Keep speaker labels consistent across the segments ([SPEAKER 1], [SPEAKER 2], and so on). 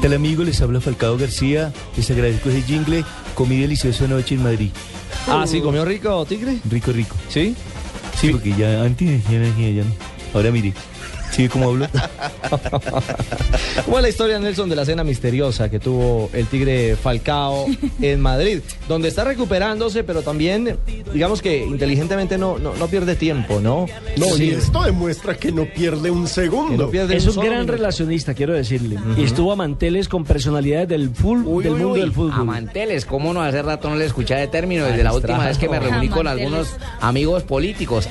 [SPEAKER 1] tal amigos? Les habla Falcao García. Les agradezco ese jingle. Comí deliciosa noche en Madrid.
[SPEAKER 2] Ah, sí, comió rico, tigre.
[SPEAKER 1] Rico, rico.
[SPEAKER 2] ¿Sí?
[SPEAKER 1] Sí, porque ya antes ya, no- ya no. Ahora mire. ¿Sí ve cómo hablo?
[SPEAKER 2] ¿Cómo es la historia, Nelson, de la cena misteriosa que tuvo el Tigre Falcao en Madrid? Donde está recuperándose, pero también, digamos que inteligentemente no, no, no pierde tiempo, ¿no?
[SPEAKER 3] No,
[SPEAKER 2] Sí,
[SPEAKER 3] y esto demuestra que no pierde un
[SPEAKER 2] que
[SPEAKER 3] segundo.
[SPEAKER 2] no pierde
[SPEAKER 4] Es un
[SPEAKER 2] solo
[SPEAKER 4] gran
[SPEAKER 2] minuto.
[SPEAKER 4] relacionista, quiero decirle. Y estuvo a manteles con personalidades del, full,
[SPEAKER 5] Uy,
[SPEAKER 4] del
[SPEAKER 5] uy,
[SPEAKER 4] mundo
[SPEAKER 5] uy,
[SPEAKER 4] del fútbol.
[SPEAKER 5] Amanteles, cómo no hace rato no le escuchaba de término desde la última vez que me reuní con
[SPEAKER 6] Amanteles.
[SPEAKER 5] algunos amigos políticos.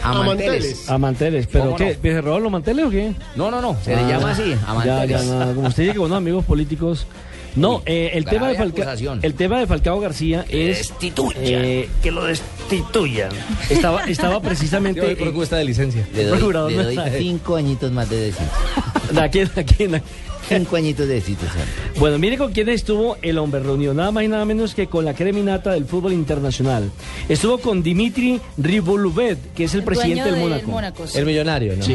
[SPEAKER 3] Amanteles.
[SPEAKER 5] Amanteles.
[SPEAKER 4] A manteles. ¿Pero
[SPEAKER 1] Oh.
[SPEAKER 5] ¿Cómo
[SPEAKER 4] qué?
[SPEAKER 5] no?
[SPEAKER 4] ¿Se robaron los manteles o qué?
[SPEAKER 5] No, no, no, se le
[SPEAKER 4] Ah,
[SPEAKER 5] llama así,
[SPEAKER 4] Ya,
[SPEAKER 5] amanteles.
[SPEAKER 4] ya, nada, como usted dice que bueno, amigos políticos. No, eh, el,
[SPEAKER 5] grave
[SPEAKER 4] tema de Falcao,
[SPEAKER 5] acusación.
[SPEAKER 4] el tema de Falcao García es...
[SPEAKER 5] Destituya.
[SPEAKER 4] eh, que lo destituyan. Estaba, estaba precisamente...
[SPEAKER 2] Yo voy por cuesta de licencia.
[SPEAKER 5] Le doy,
[SPEAKER 4] Procurador
[SPEAKER 5] le
[SPEAKER 4] no
[SPEAKER 5] doy
[SPEAKER 4] está.
[SPEAKER 5] cinco añitos más de decito.
[SPEAKER 4] eh, ¿de aquí, de aquí, de aquí.
[SPEAKER 5] Cinco añitos de decito, Santi.
[SPEAKER 4] Bueno, mire con quién estuvo el hombre reunido, nada más y nada menos que con la creminata del fútbol internacional. Estuvo con Dimitri Riboluvet, que es el, presidente del
[SPEAKER 6] dueño
[SPEAKER 4] Mónaco.
[SPEAKER 2] El millonario, ¿no?
[SPEAKER 4] Sí.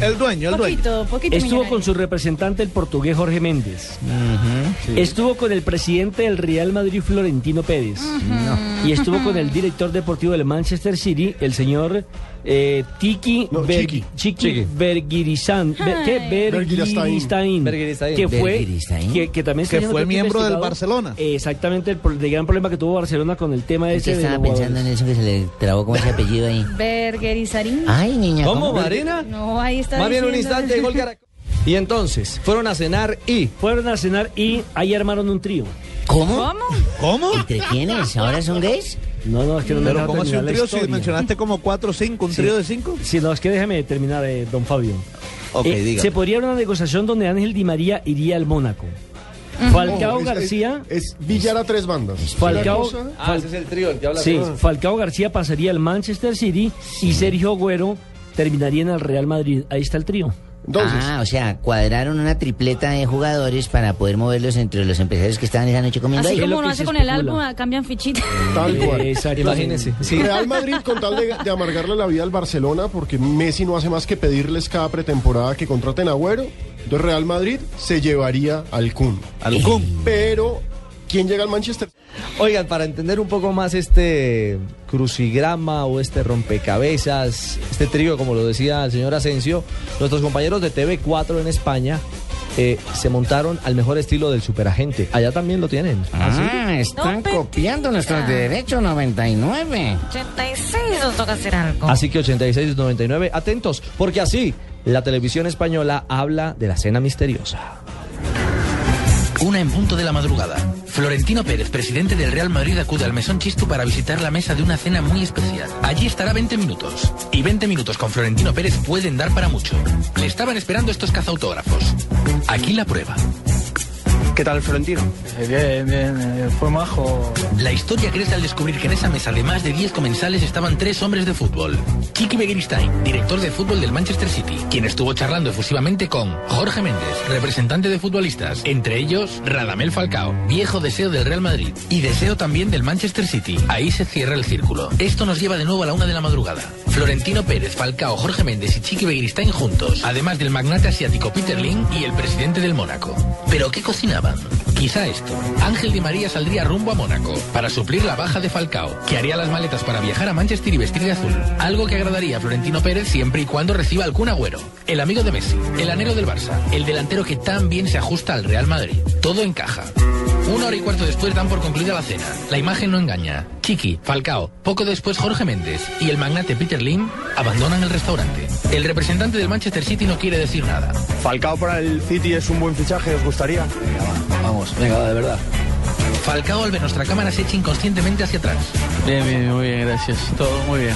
[SPEAKER 7] El dueño, el dueño.
[SPEAKER 6] Poquito, poquito
[SPEAKER 4] Estuvo
[SPEAKER 6] millonario.
[SPEAKER 4] con su representante el portugués Jorge Méndez. Estuvo con el presidente del Real Madrid Florentino Pérez. Y estuvo con el director deportivo del Manchester City, el señor eh, Tiki
[SPEAKER 3] No,
[SPEAKER 4] Ber-
[SPEAKER 3] Chiqui.
[SPEAKER 4] Chiqui
[SPEAKER 2] Chiqui.
[SPEAKER 4] Bergirizan- Ber- ¿qué?
[SPEAKER 6] Ay.
[SPEAKER 3] Bergirizain.
[SPEAKER 4] Bergirizain,
[SPEAKER 2] Bergirizain.
[SPEAKER 4] Que fue
[SPEAKER 5] Bergirizain.
[SPEAKER 4] que, que también está
[SPEAKER 7] Que
[SPEAKER 4] siendo
[SPEAKER 7] fue miembro del
[SPEAKER 4] investigado.
[SPEAKER 7] Barcelona.
[SPEAKER 4] Exactamente, el, pro- el gran problema que tuvo Barcelona con el tema de ese.
[SPEAKER 5] Usted
[SPEAKER 4] de
[SPEAKER 5] estaba
[SPEAKER 4] los
[SPEAKER 5] pensando en
[SPEAKER 4] jugadores.
[SPEAKER 5] eso que se le trabó con ese apellido ahí.
[SPEAKER 6] Bergerizarín.
[SPEAKER 4] Ah.
[SPEAKER 5] Ay, niña.
[SPEAKER 2] ¿Cómo, Marina?
[SPEAKER 6] No, ahí está.
[SPEAKER 2] Más bien un
[SPEAKER 6] diciendo-
[SPEAKER 2] instante, gol caracol. Y entonces, fueron a cenar y...
[SPEAKER 4] Fueron a cenar y ahí armaron un trío.
[SPEAKER 5] ¿Cómo?
[SPEAKER 6] ¿Cómo?
[SPEAKER 7] ¿Cómo?
[SPEAKER 5] ¿Entre quiénes? ¿Ahora son gays?
[SPEAKER 4] No, no, es que no me
[SPEAKER 7] Pero
[SPEAKER 4] dejaron
[SPEAKER 7] ¿cómo hace un
[SPEAKER 4] terminar la
[SPEAKER 7] trío si
[SPEAKER 4] historia.
[SPEAKER 7] mencionaste como cuatro o cinco? ¿Un
[SPEAKER 4] Sí.
[SPEAKER 7] trío de cinco?
[SPEAKER 4] Sí, no, es que déjeme terminar, eh, don Fabio.
[SPEAKER 7] Ok,
[SPEAKER 4] Eh,
[SPEAKER 7] diga.
[SPEAKER 4] Se podría haber una negociación donde Ángel Di María iría al Mónaco. Falcao
[SPEAKER 3] Ojo, es-
[SPEAKER 4] García.
[SPEAKER 3] Es, es Villar a tres bandas.
[SPEAKER 4] Falcao.
[SPEAKER 3] Una cosa-
[SPEAKER 2] Ah, ese es el trío, el que habla
[SPEAKER 4] Sí,
[SPEAKER 2] con-
[SPEAKER 4] Falcao García pasaría al Manchester City y Sergio Agüero terminaría en el Real Madrid. Ahí está el trío.
[SPEAKER 3] Entonces,
[SPEAKER 5] ah, o sea, cuadraron una tripleta de jugadores para poder moverlos entre los empresarios que estaban esa noche comiendo
[SPEAKER 6] Así
[SPEAKER 5] ahí.
[SPEAKER 4] Es lo
[SPEAKER 6] como
[SPEAKER 4] que
[SPEAKER 6] lo
[SPEAKER 4] se
[SPEAKER 6] hace con el
[SPEAKER 4] especula.
[SPEAKER 6] álbum, cambian fichita.
[SPEAKER 3] tal cual.
[SPEAKER 4] Exactamente.
[SPEAKER 2] Imagínense. Sí.
[SPEAKER 3] Real Madrid con tal de, de amargarle la vida al Barcelona porque Messi no hace más que pedirles cada pretemporada que contraten a Agüero. Entonces Real Madrid se llevaría al Kun.
[SPEAKER 7] Al Kun.
[SPEAKER 3] Pero ¿quién llega al Manchester?
[SPEAKER 2] Oigan, para entender un poco más este crucigrama o este rompecabezas, este trío, como lo decía el señor Asensio, nuestros compañeros de TV4 en España eh, se montaron al mejor estilo del superagente. Allá también lo tienen.
[SPEAKER 5] Ah, están
[SPEAKER 6] Don
[SPEAKER 5] copiando
[SPEAKER 6] Pepita.
[SPEAKER 5] nuestros derechos 99.
[SPEAKER 6] 86 nos toca hacer
[SPEAKER 8] Ah.
[SPEAKER 6] algo.
[SPEAKER 2] Así que 86-99, atentos, porque así la televisión española habla de la cena misteriosa.
[SPEAKER 9] Una en punto de la madrugada. Florentino Pérez, presidente del Real Madrid, acude al Mesón Chistu para visitar la mesa de una cena muy especial. Allí estará 20 minutos. Y 20 minutos con Florentino Pérez pueden dar para mucho. Le estaban esperando estos cazautógrafos. Aquí la prueba.
[SPEAKER 7] ¿Qué tal, Florentino?
[SPEAKER 10] Bien, bien, eh, fue majo.
[SPEAKER 9] La historia crece al descubrir que en esa mesa de más de 10 comensales estaban tres hombres de fútbol. Chiqui Begiristain, director de fútbol del Manchester City, quien estuvo charlando efusivamente con Jorge Méndez, representante de futbolistas, entre ellos Radamel Falcao, viejo deseo del Real Madrid y deseo también del Manchester City. Ahí se cierra el círculo. Esto nos lleva de nuevo a la una de la madrugada. Florentino Pérez, Falcao, Jorge Méndez y Chiqui Begiristain juntos, además del magnate asiático Peter Lim y el presidente del Mónaco. ¿Pero qué cocinaban? Quizá esto. Ángel Di María saldría rumbo a Mónaco para suplir la baja de Falcao, que haría las maletas para viajar a Manchester y vestir de azul. Algo que agradaría a Florentino Pérez siempre y cuando reciba algún agüero. El amigo de Messi, el anhelo del Barça, el delantero que tan bien se ajusta al Real Madrid. Todo encaja. Una hora y cuarto después dan por concluida la cena. La imagen no engaña. Chiqui, Falcao, poco después Jorge Méndez y el magnate Peter Lim abandonan el restaurante. El representante del Manchester City no quiere decir nada.
[SPEAKER 7] Falcao para el City es un buen fichaje, ¿os gustaría?
[SPEAKER 9] Vamos, venga, de verdad. Falcao al ver nuestra cámara se echa inconscientemente hacia atrás.
[SPEAKER 10] Bien, bien, muy bien, gracias. Todo muy bien.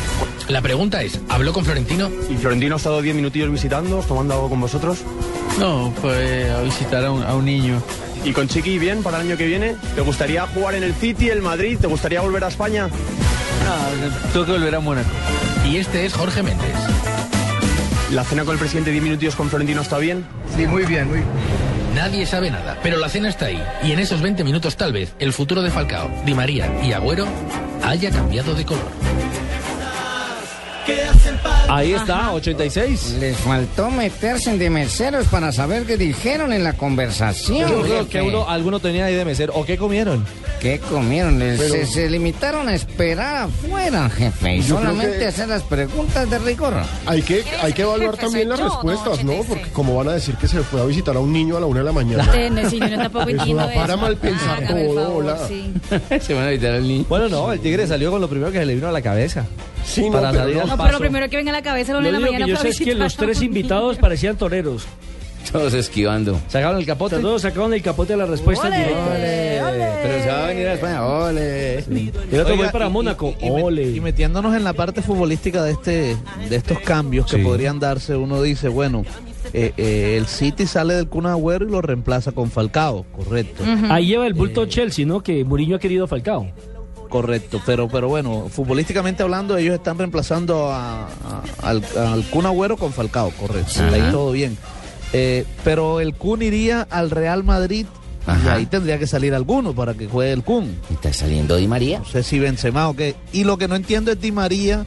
[SPEAKER 9] La pregunta es, ¿habló con Florentino?
[SPEAKER 7] ¿Y Florentino ha estado 10 minutillos visitando, tomando algo con vosotros?
[SPEAKER 10] No, fue a visitar a un, a un niño.
[SPEAKER 7] ¿Y con Chiqui bien para el año que viene? ¿Te gustaría jugar en el City, el Madrid? ¿Te gustaría volver a España?
[SPEAKER 10] No, tengo que volver a Mónaco.
[SPEAKER 9] Y este es Jorge Méndez.
[SPEAKER 7] ¿La cena con el presidente 10 minutillos con Florentino está bien?
[SPEAKER 10] Sí, muy bien, muy bien.
[SPEAKER 9] Nadie sabe nada, pero la cena está ahí. Y en esos 20 minutos tal vez el futuro de Falcao, Di María y Agüero haya cambiado de color.
[SPEAKER 8] Ahí está, 86.
[SPEAKER 5] Les faltó meterse de meseros para saber qué dijeron en la conversación.
[SPEAKER 8] Yo creo que
[SPEAKER 5] jefe.
[SPEAKER 8] uno, alguno tenía ahí de mesero. ¿O qué comieron?
[SPEAKER 5] ¿Qué comieron? Les- se, se limitaron a esperar afuera, jefe, y
[SPEAKER 3] Yo creo
[SPEAKER 5] solamente
[SPEAKER 3] que-
[SPEAKER 5] hacer las preguntas de rigor.
[SPEAKER 3] Hay que, hay que evaluar
[SPEAKER 6] Jefe,
[SPEAKER 3] también
[SPEAKER 6] soy
[SPEAKER 3] las
[SPEAKER 6] yo,
[SPEAKER 3] respuestas, ¿no?
[SPEAKER 6] 86.
[SPEAKER 3] Porque como van a decir que se fue a visitar a un niño a la una de la mañana.
[SPEAKER 6] Tene, sí, yo no tampoco
[SPEAKER 3] Eso
[SPEAKER 6] entiendo
[SPEAKER 3] da para
[SPEAKER 6] eso.
[SPEAKER 3] mal pensar
[SPEAKER 6] Hágame el
[SPEAKER 3] todo,
[SPEAKER 6] favor,
[SPEAKER 3] hola.
[SPEAKER 6] sí.
[SPEAKER 10] Se van a evitar al niño.
[SPEAKER 8] Bueno, no, el tigre salió con lo primero que se le vino a la cabeza.
[SPEAKER 3] Sí, no,
[SPEAKER 8] Para
[SPEAKER 3] pero
[SPEAKER 8] salir
[SPEAKER 3] no.
[SPEAKER 8] al
[SPEAKER 6] No, pero
[SPEAKER 8] paso.
[SPEAKER 6] lo primero que venga a la cabeza a la una
[SPEAKER 4] Lo
[SPEAKER 6] de la
[SPEAKER 4] único
[SPEAKER 6] mañana
[SPEAKER 4] que yo
[SPEAKER 6] para
[SPEAKER 4] sé es que
[SPEAKER 6] visitar
[SPEAKER 4] los
[SPEAKER 6] a
[SPEAKER 4] tres
[SPEAKER 6] un
[SPEAKER 4] invitados
[SPEAKER 6] niño.
[SPEAKER 4] parecían toreros.
[SPEAKER 10] Todos esquivando.
[SPEAKER 8] ¿Sacaron el capote?
[SPEAKER 4] Todos sacaron el capote de la respuesta en directo.
[SPEAKER 10] Pero se va a venir a España. Ole.
[SPEAKER 4] El otro
[SPEAKER 2] Oiga,
[SPEAKER 4] fue para
[SPEAKER 2] y-
[SPEAKER 4] Mónaco.
[SPEAKER 2] y- y met-
[SPEAKER 4] Ole.
[SPEAKER 2] Y metiéndonos en la parte futbolística de este, de estos cambios que
[SPEAKER 8] Sí.
[SPEAKER 2] podrían darse, uno dice, bueno, eh, eh, el City sale del Kun Agüero y lo reemplaza con Falcao, correcto,
[SPEAKER 4] Ahí lleva el bulto Chelsea, ¿no? Que Mourinho ha querido a Falcao.
[SPEAKER 2] correcto. Pero, pero bueno, futbolísticamente hablando, ellos están reemplazando a, a- al, al Kun Agüero con Falcao, correcto.
[SPEAKER 5] Ajá.
[SPEAKER 2] Ahí todo bien. Eh, pero el Kun iría al Real Madrid y
[SPEAKER 5] Ajá.
[SPEAKER 2] ahí tendría que salir alguno para que juegue el Kun.
[SPEAKER 5] Está saliendo Di María.
[SPEAKER 2] No sé si Benzema o qué. Y lo que no entiendo es Di María,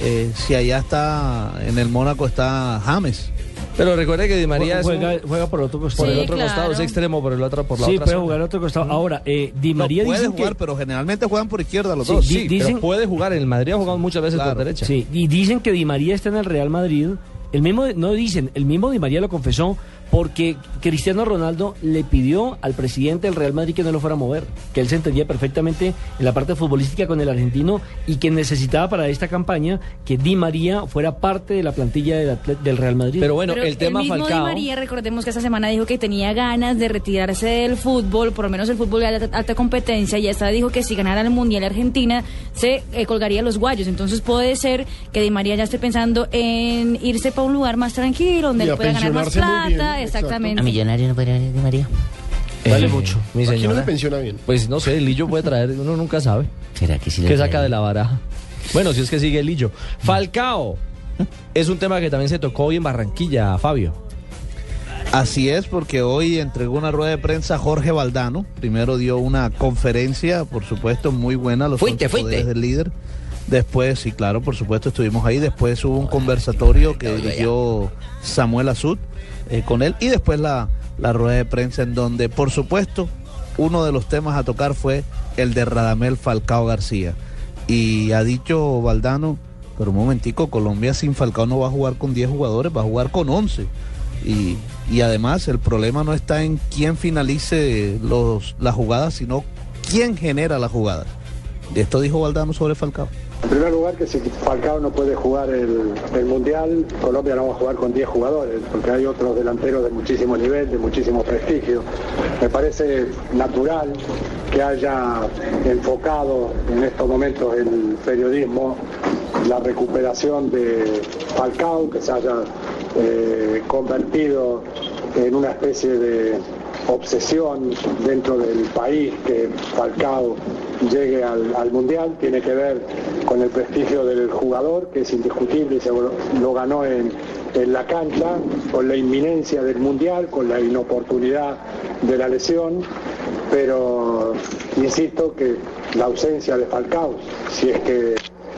[SPEAKER 2] eh, si allá está, en el Mónaco está James.
[SPEAKER 8] Pero recuerde que Di María es un-
[SPEAKER 4] juega, juega por el otro costado.
[SPEAKER 8] por el
[SPEAKER 6] Sí,
[SPEAKER 8] otro
[SPEAKER 6] claro.
[SPEAKER 8] costado, es extremo por el otro por la
[SPEAKER 4] sí,
[SPEAKER 8] otra.
[SPEAKER 4] puede
[SPEAKER 8] zona.
[SPEAKER 4] jugar al otro costado. Ahora, eh, Di
[SPEAKER 2] No
[SPEAKER 4] María
[SPEAKER 2] puede
[SPEAKER 4] dice
[SPEAKER 2] jugar,
[SPEAKER 4] que...
[SPEAKER 2] pero generalmente juegan por izquierda los
[SPEAKER 4] Sí,
[SPEAKER 2] dos.
[SPEAKER 4] di-
[SPEAKER 8] Sí,
[SPEAKER 4] dicen-
[SPEAKER 8] pero puede jugar. En el Madrid ha jugado muchas veces
[SPEAKER 2] Claro.
[SPEAKER 8] por derecha.
[SPEAKER 4] Sí, y dicen que Di María está en el Real Madrid. El mismo, no dicen, el mismo Di María lo confesó porque Cristiano Ronaldo le pidió al presidente del Real Madrid que no lo fuera a mover, que él se entendía perfectamente en la parte futbolística con el argentino y que necesitaba para esta campaña que Di María fuera parte de la plantilla del, atle- del Real Madrid.
[SPEAKER 8] Pero bueno,
[SPEAKER 6] Pero
[SPEAKER 8] el tema
[SPEAKER 6] mismo
[SPEAKER 8] Falcao.
[SPEAKER 6] Di María, recordemos que esta semana dijo que tenía ganas de retirarse del fútbol, por lo menos el fútbol de alta, alta competencia, y hasta dijo que si ganara el Mundial Argentina se eh, colgaría los guayos. Entonces puede ser que Di María ya esté pensando en irse para un lugar más tranquilo, donde
[SPEAKER 3] Y
[SPEAKER 6] le
[SPEAKER 3] a
[SPEAKER 6] pueda ganar más
[SPEAKER 3] pensionarse muy
[SPEAKER 6] plata.
[SPEAKER 3] bien, exacto.
[SPEAKER 6] exactamente.
[SPEAKER 5] A millonario no podría venir Di María.
[SPEAKER 6] Eh,
[SPEAKER 8] Vale mucho. Mi
[SPEAKER 3] Aquí no se
[SPEAKER 8] señora.
[SPEAKER 3] pensiona bien.
[SPEAKER 8] Pues no sé, Lillo puede traer, uno nunca sabe.
[SPEAKER 5] ¿Será que sí lo
[SPEAKER 8] ¿Qué saca
[SPEAKER 5] traen?
[SPEAKER 8] de la baraja? Bueno, si es que sigue Lillo.
[SPEAKER 4] Mm.
[SPEAKER 8] Falcao. Es un tema que también se tocó hoy en Barranquilla, Fabio.
[SPEAKER 2] Así es, porque hoy entregó una rueda de prensa Jorge Valdano. Primero dio una conferencia, por supuesto, muy buena. Los
[SPEAKER 5] Fuiste,
[SPEAKER 2] once poderes
[SPEAKER 5] fuiste.
[SPEAKER 2] del líder. Después, sí, claro, por supuesto, estuvimos ahí. Después hubo un conversatorio que dirigió Samuel Azud eh, con él. Y después la, la rueda de prensa en donde, por supuesto, uno de los temas a tocar fue el de Radamel Falcao García. Y ha dicho Valdano, pero un momentico, Colombia sin Falcao no va a jugar con 10 jugadores, va a jugar con 11. Y, y además el problema no está en quién finalice los, las jugadas, sino quién genera las jugadas. De esto dijo Valdano sobre Falcao.
[SPEAKER 11] En primer lugar, que si Falcao no puede jugar el, el Mundial, Colombia no va a jugar con 10 jugadores, porque hay otros delanteros de muchísimo nivel, de muchísimo prestigio. Me parece natural que haya enfocado en estos momentos el periodismo la recuperación de Falcao, que se haya eh, convertido en una especie de obsesión dentro del país que Falcao llegue al, al Mundial, tiene que ver con el prestigio del jugador, que es indiscutible y se lo- lo ganó en, en la cancha, con la inminencia del Mundial, con la inoportunidad de la lesión, pero insisto que la ausencia de Falcao, si es que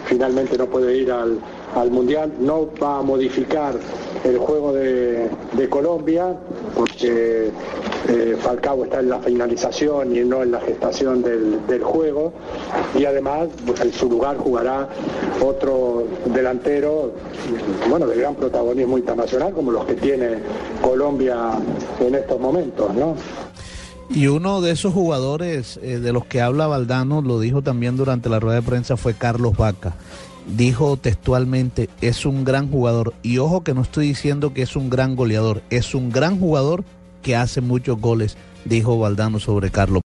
[SPEAKER 11] finalmente no puede ir al, al Mundial, no va a modificar el juego de, de Colombia, porque eh, Falcao está en la finalización y no en la gestación del, del juego, y además pues, en su lugar jugará otro delantero, bueno, de gran protagonismo internacional, como los que tiene Colombia en estos momentos, ¿no?
[SPEAKER 2] Y uno de esos jugadores eh, de los que habla Valdano, lo dijo también durante la rueda de prensa, fue Carlos Vaca. Dijo textualmente, es un gran jugador. Y ojo que no estoy diciendo que es un gran goleador, es un gran jugador que hace muchos goles, dijo Valdano sobre Carlos.